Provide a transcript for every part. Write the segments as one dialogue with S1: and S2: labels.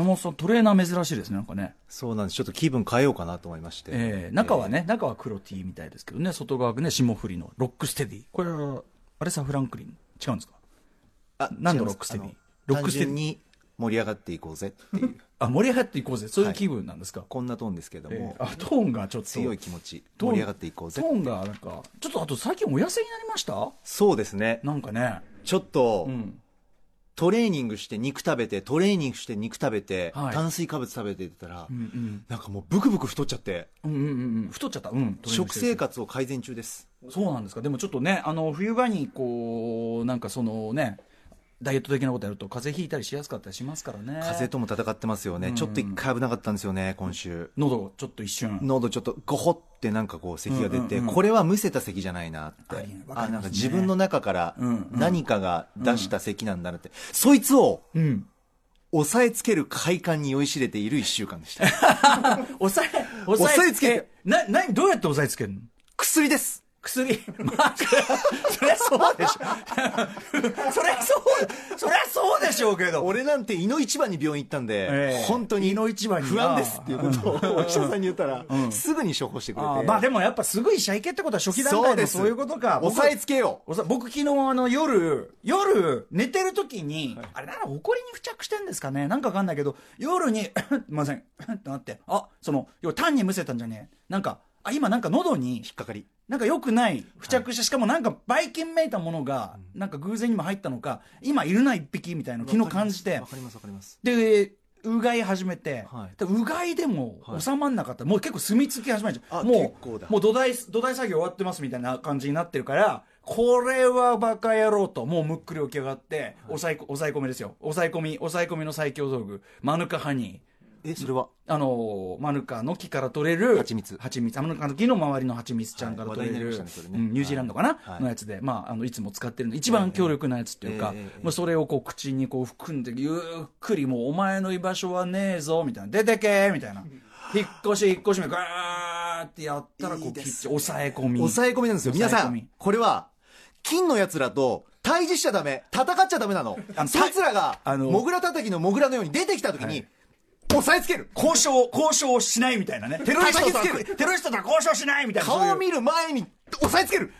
S1: 山本さん、トレーナー珍しいですね、なんかね。
S2: そうなんです。ちょっと気分変えようかなと思いまして。
S1: えー、中はね、中は黒 T みたいですけどね、外側がね、霜降りのロックステディ。これは、アレサ・フランクリン。違うんですか
S2: あ
S1: 何のロックステディ
S2: 違いますあ
S1: ロ
S2: の
S1: ックステディ
S2: 単純に盛り上がっていこうぜっていう、
S1: あ、盛り上がっていこうぜ。そういう気分なんですか、
S2: こんなトーンですけど
S1: え
S2: も
S1: ー、あ、トーンがちょっと。
S2: 強い気持ち、
S1: トーン
S2: 盛り上がっていこうぜ
S1: ト。ーンがなんか、ちょっとあと最近お痩せになりました
S2: そうですね。
S1: なんかね。
S2: ちょっと、
S1: うん。
S2: トレーニングして肉食べて、トレーニングして肉食べて、
S1: はい
S2: 炭水化物食べてたら、
S1: うん
S2: なんかもうブクブク太っちゃって、
S1: うん。うんうんうん。太っちゃった。うん。
S2: 食
S1: 活。
S2: 生活を改善中です。
S1: そうなんですか。でもちょっとね、あの、冬場にこう、なんかそのね、ダイエット的なことやると風邪ひいたりしやすかったりしますからね。
S2: 風邪とも戦ってますよね。ちょっと一回危なかったんですよね、今週。
S1: 喉、ちょっと一瞬。
S2: 喉ちょっとゴホってなんかこう咳が出て、
S1: うんうんうん
S2: これはむせた咳じゃないなって、
S1: はいわかりますね
S2: あなんか自分の中から
S1: うんうん
S2: 何かが出した咳なんだなって、そいつを
S1: うん。
S2: 抑えつける快感に酔いしれている1週間でした
S1: 抑え、
S2: 抑えつけて。
S1: な、な、どうやって抑えつけるの
S2: 薬です
S1: 薬。まあ、 そりゃそうでしょ。 そりゃそう、そりゃそうでしょうけど。
S2: 俺なんて胃の一番に病院行ったんで、
S1: ええ
S2: 本当に
S1: 胃の一番に
S2: 不安ですっていう ことをお医者さんに言ったら、すぐに処方してくれて
S1: あーまあでもやっぱすぐ医者行けってことは初期段階でもそういうことか。僕
S2: 抑えつけよう
S1: おさ僕昨日あの夜、夜寝てる時に、あれなら怒りに付着してんですかねなんかわかんないけど、夜に、 ません、ってなって、あ、その、要は単にむせたんじゃねえ。なんか、あ、今なんか喉に
S2: 引っかかり
S1: なんか良くない付着して、しかもなんかばい菌めいたものが、なんか偶然にも入ったのか、今いるな一匹みたいなの昨日感じて
S2: わ、かりますわかります
S1: で、うがい始めて、
S2: はい
S1: でうがいでも
S2: はい
S1: 収まんなかった、もう結構住み着き始めちゃ
S2: あ
S1: う。もう、
S2: 結構だ
S1: もう土台、土台作業終わってますみたいな感じになってるから、これはバカ野郎と、もうむっくり起き上がって、抑えこ、抑え込みですよ。抑え込み、抑え込みの最強道具、マヌカハニー。
S2: えそれは
S1: あのーマヌカの木から取れる
S2: 蜂蜜
S1: 蜂蜜マヌカの木の周りの蜂蜜ちゃんから
S2: はい
S1: 取れる、
S2: 話題になりましたねそれね
S1: うんニュージーランドかな、
S2: はい
S1: のやつで、まあ、あのいつも使ってるの一番強力なやつっていうか、
S2: ええええええ
S1: まあ、それをこう口にこう含んでゆっくりもうお前の居場所はねえぞみたいな出てけみたい な引っ越し引っ越しみたいなガーってやったらこう
S2: いいです
S1: 切って抑え込み
S2: 抑え込みなんですよ。皆さ
S1: 抑え込み
S2: ん、これは、金の奴らと対峙しちゃダメ、戦っちゃダメなの
S1: あの。
S2: そいつらが、
S1: あの
S2: モグラ叩きのモグラのように出てきた時
S1: は
S2: に
S1: い、
S2: 押さえつける。
S1: 交渉交渉しないみたいなねテロリストとは
S2: 叩きつけ
S1: テロリストとは交渉しないみたいなそうい
S2: 顔
S1: う
S2: を見る前に、押さえつける。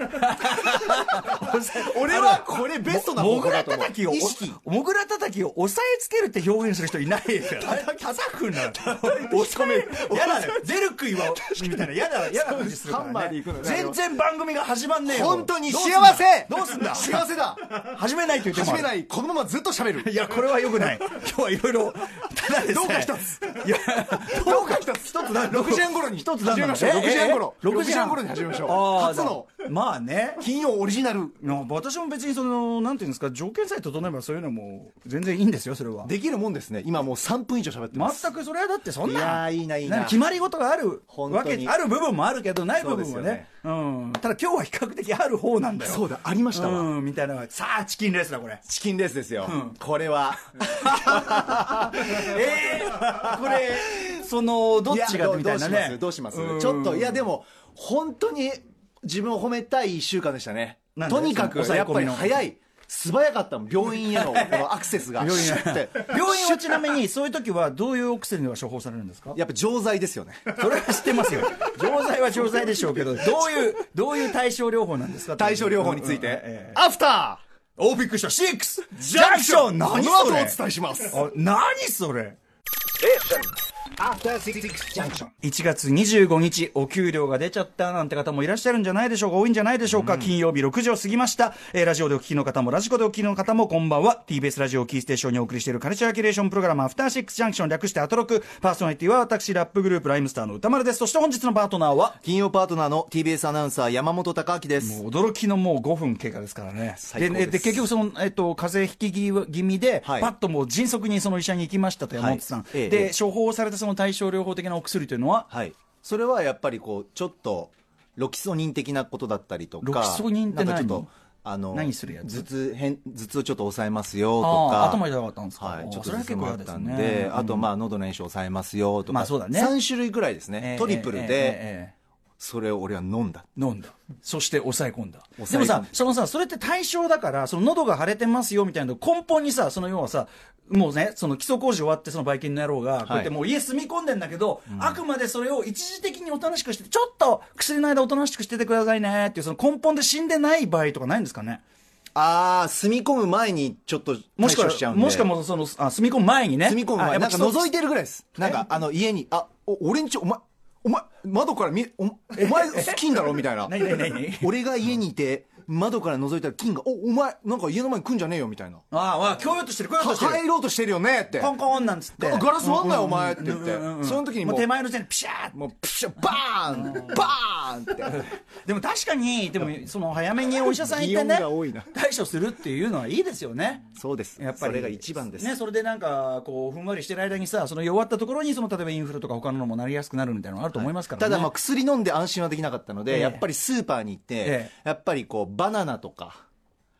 S2: 俺はこれベストな
S1: モグ
S2: 方法
S1: ラ
S2: だと思う
S1: 叩きを
S2: 意識。
S1: モグラ叩きを押さえつけるって表現する人いないよ 叩くんだ押し込めるやだね出る杭はみたいなやだやだ感じするから、ね、
S2: ハンマーで行くのね
S1: 全然番組が始まんねえよ
S2: 本当に
S1: どう
S2: 幸
S1: すんだ
S2: せ
S1: どうすんだ
S2: 幸せだ
S1: 始めないという手も
S2: 始
S1: あ
S2: め
S1: る
S2: ない。このままずっと 喋る。
S1: いやこれはよくない今日はいろいろただですね
S2: どうか一つ
S1: いや
S2: どうか一つ、一つだ。6時半頃に。
S1: 一つ
S2: 始めましょう。6時半頃。
S1: 6
S2: 6
S1: 時
S2: 時
S1: 半
S2: 半頃に始めましょう。
S1: あー
S2: 初の
S1: まあね
S2: 金曜オリジナル。
S1: いや私も別にそのなんていうんですか条件さえ整えばそういうのも全然いいんですよそれは
S2: できるもんですね。今もう3分以上喋ってます。
S1: 全くそれはだってそんない
S2: やーいいないいな
S1: 決まり事がある
S2: 本
S1: わ
S2: 当
S1: け
S2: に
S1: ある部分もあるけどない部分
S2: そ
S1: も
S2: う
S1: ね
S2: ですよ
S1: ね
S2: ね、
S1: うん、ただ今日は比較的ある方なんだよ
S2: そうだ、ありましたわ。
S1: うんみたいなさあチキンレースだこれ
S2: チキンレースですよ、これは
S1: えー、こ れそのどっち
S2: いや
S1: が
S2: う
S1: みたいなね
S2: どうしますど
S1: う
S2: うしま
S1: ん
S2: すちょっといやでも本当に自分を褒めたい1週間でしたね
S1: なんで
S2: とにかく
S1: その抑え
S2: やっ
S1: 込
S2: ぱ
S1: み
S2: り
S1: の
S2: 早い素早かったもん病院へのこのアクセスが
S1: 病院
S2: シュッて
S1: 病院はちなみにそういう時はどういうお薬が処方されるんですか
S2: やっぱ錠剤ですよね
S1: それは知ってますよ錠剤は錠剤でしょうけどどういうどういう対症療法なんですか
S2: 対症療法について、
S1: うんうんうんええ
S2: アフタ
S1: おびっくりした6
S2: ー
S1: ジャンクション
S2: こ
S1: 何
S2: の
S1: そ
S2: 後お
S1: れ
S2: 伝えします
S1: あ何それ
S3: After Six Six Junction.
S1: 1月25日、お給料が出ちゃったなんて方もいらっしゃるんじゃないでしょうか、多いんじゃないでしょうか、金曜日6時を過ぎました、えーラジオでお聞きの方も、ラジコでお聞きの方も、こんばんは、TBS ラジオをキーステーションにお送りしているカルチャーキュレーションプログラム、アフターシックスジャンクション、略してアトロク、パーソナリティは私、ラップグループ、ライムスターの歌丸です、そして本日のパートナーは、
S2: 金曜パートナーの TBS アナウンサー山本貴明です
S1: もう驚きのもう5分経過ですからね。
S2: 最高です
S1: で結局その、えっと、風邪引き気味で、
S2: はい
S1: パッともう迅速にその医者に行きましたと、山本さん。
S2: はいええ
S1: で
S2: え、
S1: 処方されたその対症療法的なお薬というのは、
S2: はいそれはやっぱりこうちょっとロキソニン的なことだったりとか
S1: ロキソニンって何
S2: なんかちょっとあの
S1: 何するやつ
S2: 頭痛変頭痛をちょっと抑えますよと
S1: あー
S2: か
S1: 頭痛かったんですか
S2: はい、ちょっと
S1: それは結
S2: 頭痛
S1: 構
S2: もあ
S1: 嫌
S2: っ
S1: です
S2: た
S1: ね
S2: んで、
S1: うん
S2: あとまあ喉の炎症を抑えますよとか、
S1: まあそうだね
S2: 3種類ぐらいですね、トリプルで、
S1: ええええええ
S2: それを俺は飲んだ
S1: 飲んだそして抑え込んだで
S2: 抑
S1: も
S2: え込んだ
S1: さそのさそれって対象だからその喉が腫れてますよみたいなの根本にさその要はさもうねその基礎工事終わってそのバイキンの野郎がこうやってもう家住み込んでんだけど、あくまでそれを一時的におとなしくしてちょっと薬の間おとなしくしててくださいねっていうその根本で死んでない場合とかないんですかね
S2: ああ住み込む前にちょっと
S1: もしく
S2: 対
S1: は
S2: 処しちゃうんで
S1: もしくはもうそのあ住み込む前にね
S2: 住み込む
S1: あ
S2: 前
S1: やっ
S2: な
S1: ぱ
S2: んか覗い
S1: て
S2: てるぐらいですなんかあの家にあお俺んちお前お前窓から見おお前好きんだろみたい な
S1: 何何何
S2: 俺が家にいて窓から覗いたら金がおお前なんか家の前に来んじゃねえよみたいな
S1: ああわあ教養としてる教養
S2: は
S1: としてる
S2: 入ろうとしてるよねって
S1: コンコンなんつって
S2: ガガラス割んなよお前って言って
S1: うんうんうん
S2: その時に
S1: も
S2: も
S1: う
S2: う
S1: 手前の時点でピシャーって
S2: もうプシャバーンバーンって
S1: でも確かにでもその早めにお医者さん行って
S2: 擬
S1: ね
S2: 音が多いな
S1: 対処するっていうのはいいですよね
S2: そうです
S1: やっぱり
S2: それが一番です
S1: ね、それでなんかこうふんわりしてる間にさその弱ったところにその例えばインフルとか他ののもなりやすくなるみたいなのがあると思いますから、ね
S2: ただまあ薬飲んで安心はできなかったので、
S1: ええ
S2: やっぱりスーパーに行って、
S1: え
S2: やっぱりこうバナナとか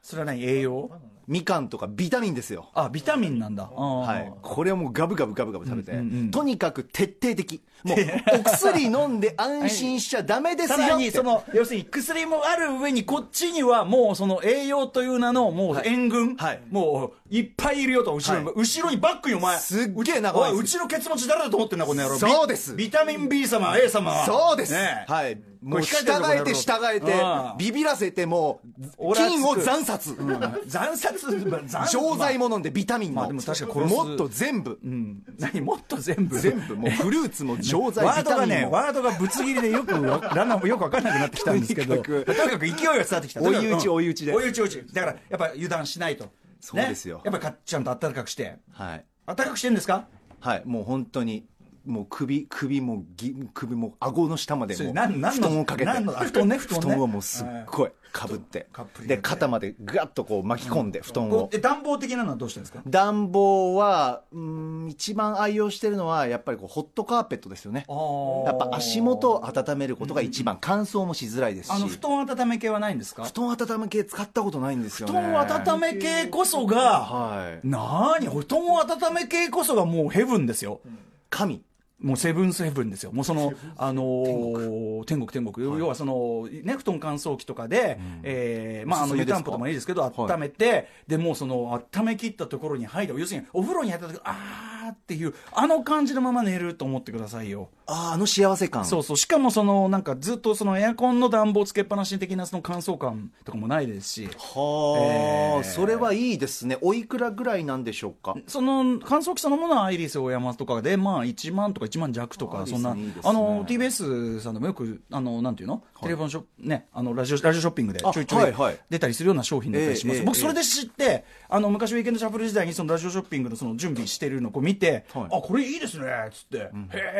S1: それは何栄養
S2: みかんとかビタミンですよ
S1: あビタミンなんだ、は
S2: はい、これはもうガブガブガブガブ食べて、
S1: うんうんうん
S2: とにかく徹底的もう お薬飲んで安心しちゃダメです
S1: さ
S2: よ
S1: ら
S2: っ
S1: に
S2: て
S1: その要するに薬もある上にこっちにはもうその栄養という名のもう援軍、
S2: はい
S1: もういっぱいいるよと後ろに、
S2: は
S1: 後ろにバックにお前
S2: すっげえ仲
S1: お
S2: 間
S1: い
S2: で
S1: う
S2: す
S1: ちのケツ持ち誰だと思ってんだこの野郎ビ
S2: そうです
S1: ビタミン B 様 A 様は
S2: そうです、
S1: ねえ
S2: はいも
S1: こ
S2: う
S1: れ
S2: 従
S1: 控えてるぞ
S2: えて
S1: この野郎
S2: 従えて
S1: うん
S2: ビビらせても
S1: オ
S2: う
S1: ラつく
S2: 菌を惨殺
S1: 残殺残
S2: 錠剤も飲んでビタミン
S1: まあ
S2: も
S1: でも確か殺す
S2: もっと全部
S1: うん何もっと全部
S2: 全部もうフルーツも錠剤
S1: ワー
S2: ビ
S1: ド
S2: タ
S1: が
S2: ミン
S1: ね
S2: も
S1: ワードがぶつ切りでよくわ ランナーもよく分かんなくなってきたんですけ ど
S2: とにかく
S1: とにかく勢いが伝わってきた
S2: 追い打ち
S1: うん
S2: 追い打ちで
S1: 追い打ち追い打ちだからやっぱ油断しないと
S2: そうですよ
S1: ねやっぱりちゃんと暖かくして
S2: はい
S1: 暖かくしてんですか
S2: はい、もう本当に、もう首、首もぎ、首も、顎の下まで
S1: そ
S2: も
S1: れ
S2: う、
S1: 何何
S2: 布
S1: の
S2: 団をかけて、
S1: 何のあ布団ね布団ね
S2: をもうすっごいかぶって
S1: かぶっ、て
S2: で、肩までガッとこう巻き込んで、布団
S1: こ
S2: を
S1: う。で暖房的なのはどうしてるんですか
S2: 暖房は、うーん、一番愛用してるのは、やっぱりこう、ホットカーペットですよね。やっぱ足元を温めることが一番、乾燥もしづらいです
S1: あ
S2: し
S1: の、布団温め系はないんですか
S2: 布団温め系使ったことないんですよ
S1: 布
S2: ね。
S1: 団温め系こそが
S2: はい。
S1: なーに布団温め系こそがもうヘブンですよ
S2: 神。
S1: もうセブンスヘブンですよ、もうその、あのー天国、天国、要はその、ね、布団乾燥機とかで、えーまあ、あ
S2: おす
S1: の
S2: すめ
S1: 湯
S2: です
S1: た
S2: か
S1: んぽでもいいですけど、
S2: はい
S1: 温めて、でもうその、温め切ったところに入る、要するにお風呂に入った時あーっていう、あの感じのまま寝ると思ってくださいよ。
S2: ああ、あの幸せ感。
S1: そうそう、しかもその、なんかずっとそのエアコンの暖房つけっぱなし的なその乾燥感とかもないですし。
S2: はあ、
S1: えー
S2: それはいいですね。おいくらぐらいなんでしょうか。
S1: その乾燥機そのものはアイリス大山とかで、まあ、1万とか1万弱とか、
S2: アイリ
S1: そ
S2: ス
S1: んな、
S2: いいですね
S1: あの TBS さんでもよく、あのなんていうの、テレフォンショップ、ね、あのラジオラジオショッピングでちょいちょ
S2: はいいはい
S1: 出たりするような商品だったりします、
S2: ええええ
S1: 僕、それで知って、あの昔、ウィーケンドシャッフル時代にそのラジオショッピングのその準備してるのをこう見て、
S2: はい
S1: あこれいいですねっつって、へ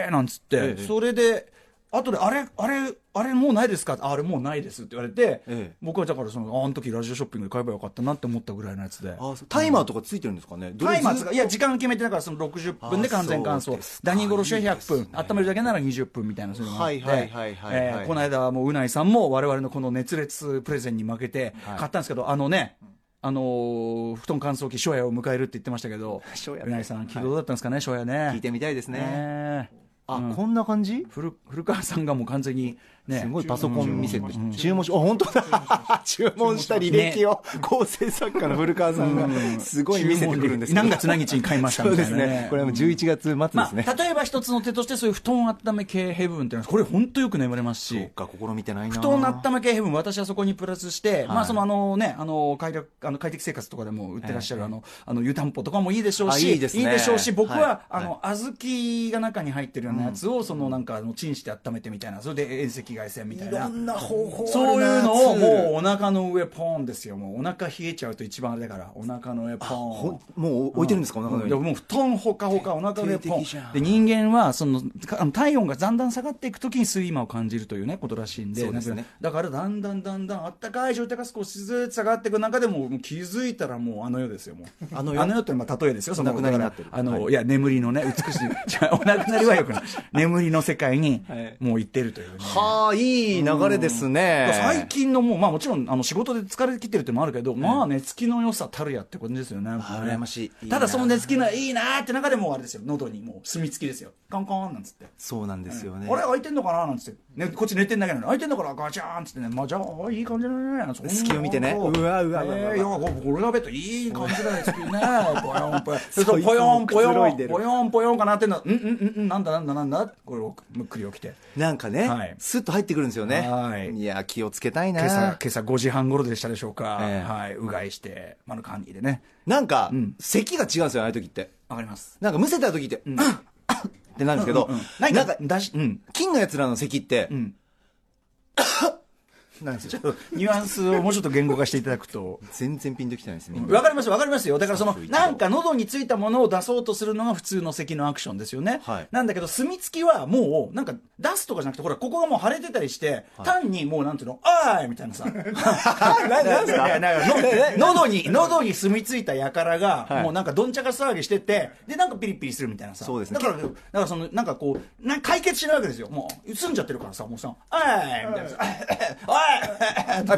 S1: えなんつって、
S2: ええ
S1: それで。あとで、あれ、あれ、あれもうないですかああれもうないですって言われて、
S2: ええ
S1: 僕はだからその、ああの時ラジオショッピングで買えばよかったなって思ったぐらいのやつで。
S2: あそうタイマーとかついてるんですかね。どれ
S1: タイマー
S2: ず
S1: つかいや時間決めてだからその60分で完全乾
S2: あそう
S1: 燥
S2: ですか
S1: ダニ殺しはい
S2: い
S1: 100
S2: ですね
S1: 分温めるだけなら20分みたいなそういうのがあって
S2: はいはいはいはい
S1: え
S2: は
S1: ー
S2: い
S1: この間もううないさんも我々のこの熱烈プレゼンに負けて
S2: はい
S1: 買ったんですけどあのねあのー布団乾燥機初夜を迎えるって言ってましたけど
S2: 初夜
S1: うないさん起動だったんですかね初夜ね
S2: 聞いてみたいですね。
S1: ねえ
S2: あ、こんな感じ
S1: 古古川さんがもう完全にね
S2: すごいパソコン見せて、注文し、あ、本当だ注文した履歴を構成作家の古川さんが、すごい見せてくるんですけど
S1: 何月何日に買いました
S2: そう
S1: みた
S2: で
S1: い
S2: す
S1: なね
S2: ね。これはもう11月末で
S1: ます
S2: ね。
S1: あ、例えば一つの手としてそういう布団温め系ヘブンっていうのはこれ本当よく眠れます
S2: そ
S1: し
S2: うか、心見てないな。
S1: 布団温め系ヘブン、私はそこにプラスして、まあそのあのね、あの快楽あの快適生活とかでも売ってらっしゃる、あのあの湯たんぽとかもいいでしょうし、
S2: あいいですね
S1: しょうし、僕は、
S2: はい
S1: あの小豆が中に入ってるようなやつを、そのなんかあのチンして温めてみたいな、それで遠赤外線みたいな。
S2: な方法
S1: そういうのをもうお腹の上ポンですよ。もうお腹冷えちゃうと一番あれだから、お腹の上ポン。
S2: ほもう置いてるんですか、お腹の
S1: いや
S2: 上に。
S1: もう布団ほかほかお腹の上ポン
S2: 徹底的じゃん
S1: で人間はそのかあの体温がだんだん下がっていくときに睡魔を感じるというねことらしいんで
S2: そうですね
S1: なんかだからだんだんだんだんあったかい状態が少しずつ下がっていく中でももう気づいたらもうあの世ですよもう
S2: あの世
S1: あの世ってまあ例えですよその
S2: お亡くなりにな
S1: だ
S2: っ
S1: か
S2: て
S1: ら
S2: る
S1: あ
S2: は
S1: の
S2: い
S1: い や眠りのね美しいじゃあお亡くなりはよくない眠りの世界にもう行ってるというね
S2: はあ、あいい流れですね
S1: 最近のもう、まあ、もちろんあの仕事で疲れ切ってるってのもあるけど、まあ寝つきの良さたるやって感じですよね。
S2: あ羨ましいいいな
S1: ただその寝つきのいいなーって中でもあれですよ喉にもう住み付きですよカンカンなんつって。
S2: そうなんですよね、
S1: あれ開いてんのかななんつって、ね、こっち寝てんだけど開いてんのかなガチャーンつってねまあじゃあいい感じだねそんな
S2: 隙を見てね
S1: そう
S2: うわうわうわ
S1: ね
S2: うわ
S1: いやここれがベッドいい感じだねつってねぽよんぽよん
S2: そいつも
S1: そうぽよんぽ
S2: くつろ
S1: よ
S2: いで
S1: ん
S2: る
S1: ぽよんぽよんかなってんのうんうんうんうんなんだなんだなんだこれをむっくり起きて
S2: なんかね、
S1: はい
S2: スッと入ってくるんですよね
S1: はい
S2: や気をつけたいな
S1: 今朝今朝5時半頃でしたでしょうか、
S2: ええ
S1: はいうがいしてマルカンニーでね
S2: なんか、
S1: ん
S2: 咳が違うんですよああいう時って
S1: わかります
S2: なんかむせた時って、あっあっってなるんですけど、
S1: うんうんなん
S2: な
S1: か
S2: んか
S1: だしうん
S2: 金のやつらの咳って、
S1: ん
S2: なんですよ
S1: ニュアンスをもうちょっと言語化していただくと
S2: 全然ピンときてないですね、
S1: わかりますわかりますよだからそのなんか喉についたものを出そうとするのが普通の咳のアクションですよね、
S2: はい
S1: なんだけど墨付きはもうなんか出すとかじゃなくてほらここがもう腫れてたりして、単にもうなんていうの「あーい!」みたい なさ
S2: なんですか
S1: いやなんかの喉に喉に住み着いた輩が、
S2: はい
S1: もうなんかどんちゃか騒ぎしててでなんかピリピリするみたいなさ
S2: そうですね
S1: だからだからそのなんかこうなんか解決しないわけですよもう済んじゃってるからさもうさ「あーい!」みたいなさ「 あーい!」
S2: はい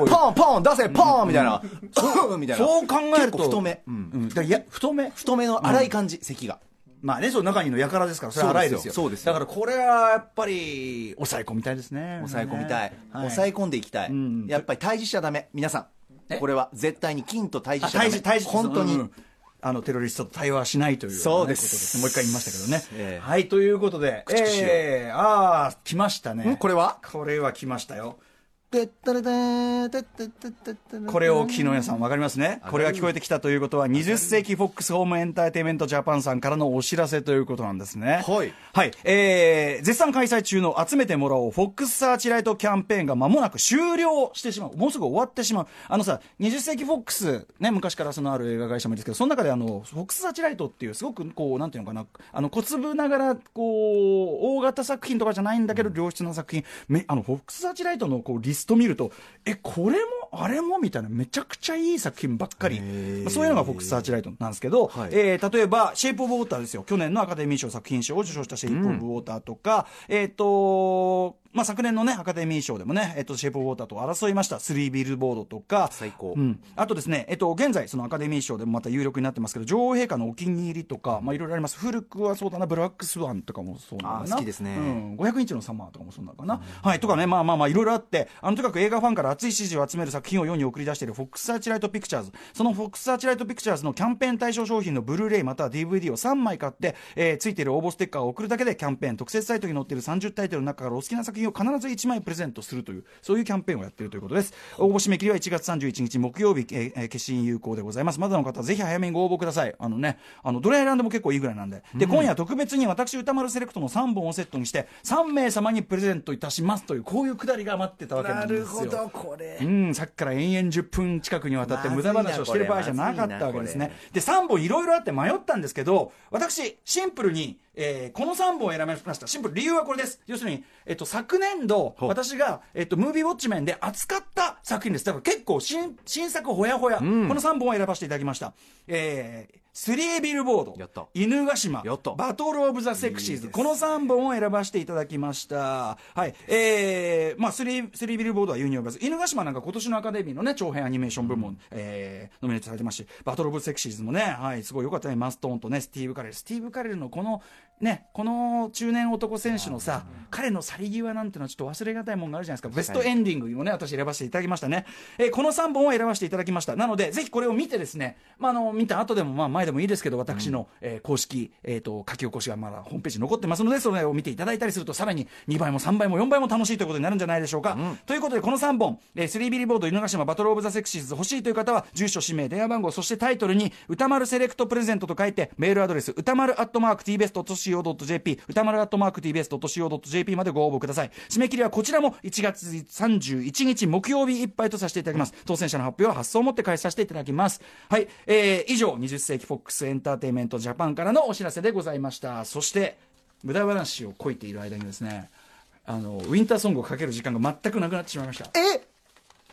S2: ポンポン出せポンみたいな、そうみたいな
S1: そう考えると
S2: 結構太め、うん
S1: うんだからいや太め
S2: 太めの荒い感じ、咳が
S1: まあね、その中にのやからですから、それは荒いですよ。
S2: そうです
S1: だ
S2: よ
S1: からこれはやっぱり、抑え込みたいですね。
S2: 抑え込みたい、
S1: はい、
S2: 抑え
S1: 込
S2: 込んでいきたい、
S1: んうん
S2: やっぱり退治しちゃダメ皆さ
S1: え
S2: んこれは絶対に金と退治しちゃダ
S1: 大
S2: メ
S1: 事、大事、
S2: 本当に、
S1: うんうんあの、テロリストと対話しないというよなね、
S2: そうで
S1: こと
S2: す
S1: もう一回言いましたけどね。
S2: ええ
S1: はい、ということで、
S2: 駆逐しよう
S1: ええああ、来ましたね。
S2: んこれは
S1: これは来ましたよ。
S2: でったらでーでったらでったらでー
S1: これをお聞きの皆さん分かりますねこれが聞こえてきたということは20世紀フォックスホームエンターテインメントジャパンさんからのお知らせということなんですね
S2: はい、
S1: えー絶賛開催中の「集めてもらおうフォックスサーチライトキャンペーン」が間もなく終了してしまうもうすぐ終わってしまうあのさ20世紀フォックスね昔からそのある映画会社もですけどその中であのフォックスサーチライトっていうすごくこうなんていうのかなあの小粒ながらこう大型作品とかじゃないんだけど良質な作品めあのフォックスサーチライトのこうリスト見るとえこれもあれもみたいなめちゃくちゃいい作品ばっかり、まあそういうのがフォックスサーチライトなんですけど、
S2: はい
S1: えー例えば「シェイプ・オブ・ウォーター」ですよ去年のアカデミー賞作品賞を受賞した「シェイプ・オブ・ウォーター」とか、えっ、とまあ、昨年のねアカデミー賞でもね「えっとシェイプ・オブ・ウォーター」と争いました「スリービルボード」とか
S2: 最高
S1: うん、あとですね、えっと、現在、そのアカデミー賞でもまた有力になってますけど、女王陛下のお気に入りとか、まあ、いろいろあります、古くはそうだな、ブラックスワンとかもそうなのか
S2: あ
S1: な、
S2: ー好きですね
S1: うん、500日のサマーとかもそうなのかな、はい、とかね、まあまあまあ、いろいろあって、あのとにかく映画ファンから熱い支持を集める作品を世に送り出している、フォックスサーチライトピクチャーズ、そのフォックスサーチライトピクチャーズのキャンペーン対象商品のブルーレイまたは DVD を3枚買って、えーついている応募ステッカーを送るだけで、キャンペーン、特設サイトに載っている30タイトルの中からお好きな作品を必ず1枚プレゼントするという、そういうキャンペーンをやっているということです。応募締め切りは1月31日木曜日、えーえー決心有効でございます。まだの方はぜひ早めにご応募ください。あのね、あの、どれ選んでも結構いいぐらいなんで。で、今夜特別に私歌丸セレクトの3本をセットにして、3名様にプレゼントいたしますという、こういうくだりが待ってたわけなんですよ。
S2: これ
S1: うん、さっきから延々10分近くにわたって
S2: まず
S1: 無
S2: いな
S1: 駄話をしてる場合じゃなかったわけですね。で、3本いろいろあって迷ったんですけど、私、シンプルに、えーこの3本を選びました。シンプル、理由はこれです。要するに、えっと、昨年度、
S2: ほう
S1: 私が、えっと、ムービーウォッチメンで扱った作品です。だから結構新、新作ほやほや、この3本を選ばせていただきました。えースリービルボード
S2: やった、
S1: 犬ヶ島
S2: やっ、た
S1: バトル・オブ・ザ・セクシーズこの3本を選ばせていただきましたはいえー、まあスリースリービルボードはユニオーバーズ犬ヶ島なんか今年のアカデミーのね長編アニメーション部門、えーノミネートされてますしバトル・オブ・セクシーズもね、はい、すごい良かったねマストーンとねスティーブ・カレルスティーブ・カレルのこのねこの中年男選手のさ彼の去り際なんてのはちょっと忘れがたいもんがあるじゃないですかベストエンディングにもね私選ばせていただきましたね、えーこの3本を選ばせていただきましたなのでぜひこれを見てですね、まあ、あの見た後でもまあ前でもいいですけど私の、えー公式、えー、と書き起こしがまだホームページに残ってますのでそれを見ていただいたりするとさらに2倍も3倍も4倍も楽しいということになるんじゃないでしょうか、ということでこの3本、えー、スリービリボード犬ヶ島バトルオブザセクシーズ欲しいという方は住所氏名電話番号そしてタイトルに歌丸セレクトプレゼントと書いてメールアドレス歌丸アットマーク tbest.co.jp 歌丸アットマーク tbest.co.jp までご応募ください締め切りはこちらも1月31日木曜日いっぱいとさせていただきます当選者の発表は発送をもって返させていただきますはい、えー、以上20世紀フォックスエンターテインメントジャパンからのお知らせでございましたそして無駄話をこいている間にですねあのウィンターソングをかける時間が全くなくなってしまいました
S2: え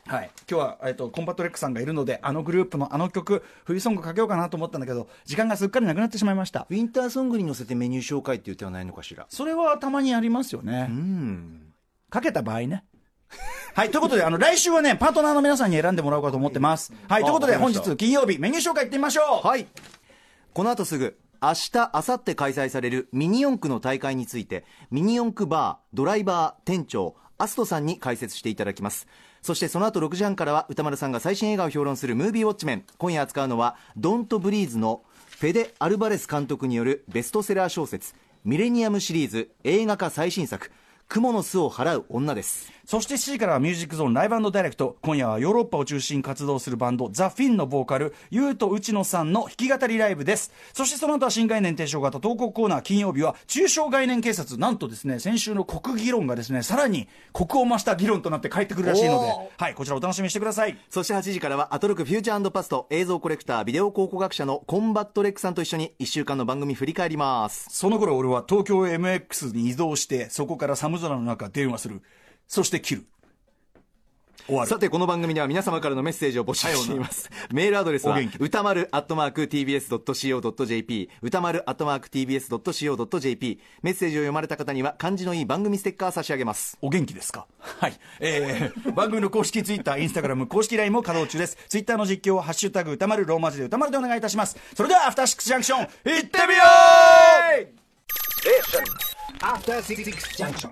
S1: はい、今日は、えっとコンパトレックさんがいるのであのグループのあの曲冬ソングかけようかなと思ったんだけど時間がすっかりなくなってしまいました
S2: ウィンターソングに乗せてメニュー紹介っていう手はないのかしら
S1: それはたまにありますよね
S2: うん
S1: かけた場合ねはい、ということで、あの、来週はね、パートナーの皆さんに選んでもらおうかと思ってます。はい、ということで、
S4: わか
S1: 本
S4: りました
S1: 日金曜日、メニュー紹介いってみましょう。
S4: はい
S2: この後すぐ明日明後日開催されるミニ四駆の大会についてミニ四駆バードライバー店長アストさんに解説していただきますそしてその後6時半からは歌丸さんが最新映画を評論するムービーウォッチメン今夜扱うのはドントブリーズのフェデ・アルバレス監督によるベストセラー小説ミレニアムシリーズ映画化最新作雲の巣を払う女です
S1: そして7時からはミュージックゾーンライブダイレクト。今夜はヨーロッパを中心に活動するバンド、ザ・フィンのボーカル、ゆうとうちのさんの弾き語りライブです。そしてその後は新概念提唱型投稿コーナー、金曜日は中小概念警察、なんとですね、先週の国議論がですね、さらに国を増した議論となって帰ってくるらしいので、はい、こちらお楽しみにしてください。
S2: そして8時からはアトロックフューチャーパスト映像コレクタービデオ考古学者のコンバットレックさんと一緒に1週間の番組振り返ります
S1: その頃俺は東京 MX に移動して、そこから寒空の中電話する。そして切る。終わる。
S2: さて、この番組では皆様からのメッセージを募集しています。メールアドレス
S1: お
S2: は
S1: 元気、で
S2: 歌丸アットマーク tbs.co.jp、歌丸アットマーク tbs.co.jp、メッセージを読まれた方には漢字のいい番組ステッカー差し上げます。
S1: お元気ですかはい。えー、番組の公式ツイッター、インスタグラム、公式 LINE も稼働中です。ツイッターの実況は、ハッシュタグ歌丸、ローマ字で歌丸でお願いいたします。それでは、アフターシックスジャンクション、いってみよう
S5: Station. After Six Junction.